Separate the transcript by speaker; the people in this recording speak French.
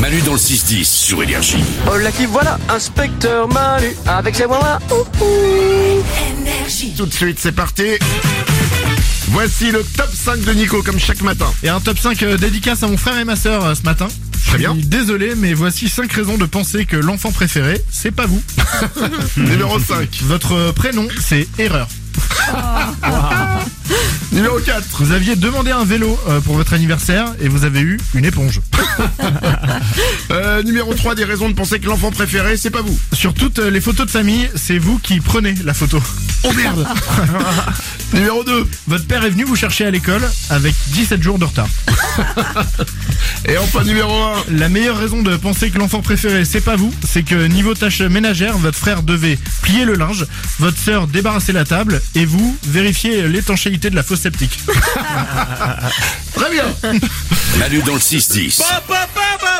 Speaker 1: Manu dans le 6-10 sur Énergie.
Speaker 2: Oh là qui voilà, inspecteur Manu, avec ses voilà.
Speaker 3: Tout de suite, c'est parti. Voici le top 5 de Nico, comme chaque matin.
Speaker 4: Et un top 5 euh, dédicace à mon frère et ma sœur euh, ce matin.
Speaker 3: Très
Speaker 4: Je
Speaker 3: bien.
Speaker 4: suis Désolé, mais voici 5 raisons de penser que l'enfant préféré, c'est pas vous.
Speaker 3: Numéro 5.
Speaker 4: Votre euh, prénom, c'est erreur.
Speaker 3: Numéro 4.
Speaker 4: Vous aviez demandé un vélo euh, pour votre anniversaire et vous avez eu une éponge.
Speaker 3: Euh, numéro 3, des raisons de penser que l'enfant préféré, c'est pas vous.
Speaker 4: Sur toutes euh, les photos de famille, c'est vous qui prenez la photo.
Speaker 3: Oh merde Numéro 2.
Speaker 4: Votre père est venu vous chercher à l'école avec 17 jours de retard.
Speaker 3: Et enfin numéro 1.
Speaker 4: La meilleure raison de penser que l'enfant préféré, c'est pas vous, c'est que niveau tâches ménagères, votre frère devait plier le linge, votre sœur débarrasser la table et vous vérifier l'étanchéité de la fosse septique.
Speaker 3: Très bien
Speaker 1: Manu dans le 6-10.
Speaker 2: Papa, papa